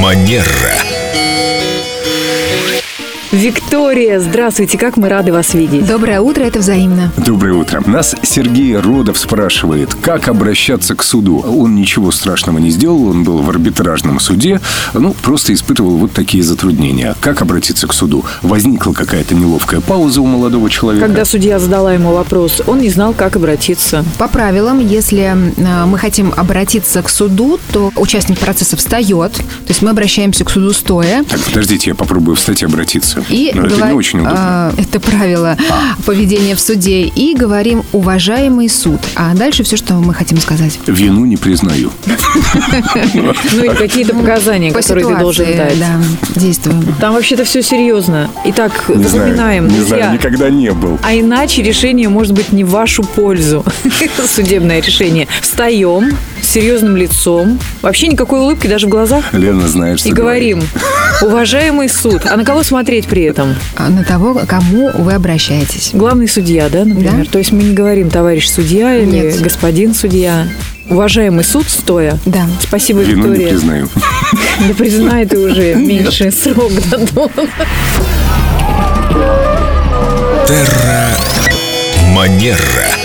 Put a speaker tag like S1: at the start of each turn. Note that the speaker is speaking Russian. S1: Премьера.
S2: Виктория, здравствуйте, как мы рады вас видеть.
S3: Доброе утро, это взаимно.
S4: Доброе утро. Нас Сергей Рудов спрашивает, как обращаться к суду. Он ничего страшного не сделал, он был в арбитражном суде, ну, просто испытывал вот такие затруднения. Как обратиться к суду? Возникла какая-то неловкая пауза у молодого человека.
S2: Когда судья задала ему вопрос, он не знал, как обратиться.
S3: По правилам, если э, мы хотим обратиться к суду, то участник процесса встает, то есть мы обращаемся к суду стоя.
S4: Так, подождите, я попробую встать и обратиться.
S3: И
S4: Но это
S3: говор-
S4: не очень удобно. А.
S3: а, это правило поведения в суде. И говорим «уважаемый суд». А дальше все, что мы хотим сказать.
S2: а,
S4: Вину не признаю.
S2: Ну и какие-то показания,
S3: По
S2: которые ты должен
S3: ситуации,
S2: дать.
S3: да, действуем.
S2: Там вообще-то все серьезно. Итак,
S4: Не
S2: запоминаем,
S4: знаю, не
S2: друзья.
S4: знаю, никогда не был.
S2: А иначе решение может быть не в вашу пользу. Судебное решение. Встаем с серьезным лицом, вообще никакой улыбки даже в глазах,
S4: Лена знает, что
S2: и говорим, уважаемый суд, а на кого смотреть при этом?
S3: А На того, к кому вы обращаетесь.
S2: Главный судья, да, например?
S3: Да.
S2: То есть мы не говорим товарищ судья или
S3: Нет.
S2: господин судья. Уважаемый суд стоя.
S3: Да.
S2: Спасибо,
S4: Вину ну, не
S2: Виктория.
S4: признаю.
S2: Да признай ты уже меньший срок дадут.
S1: Манера.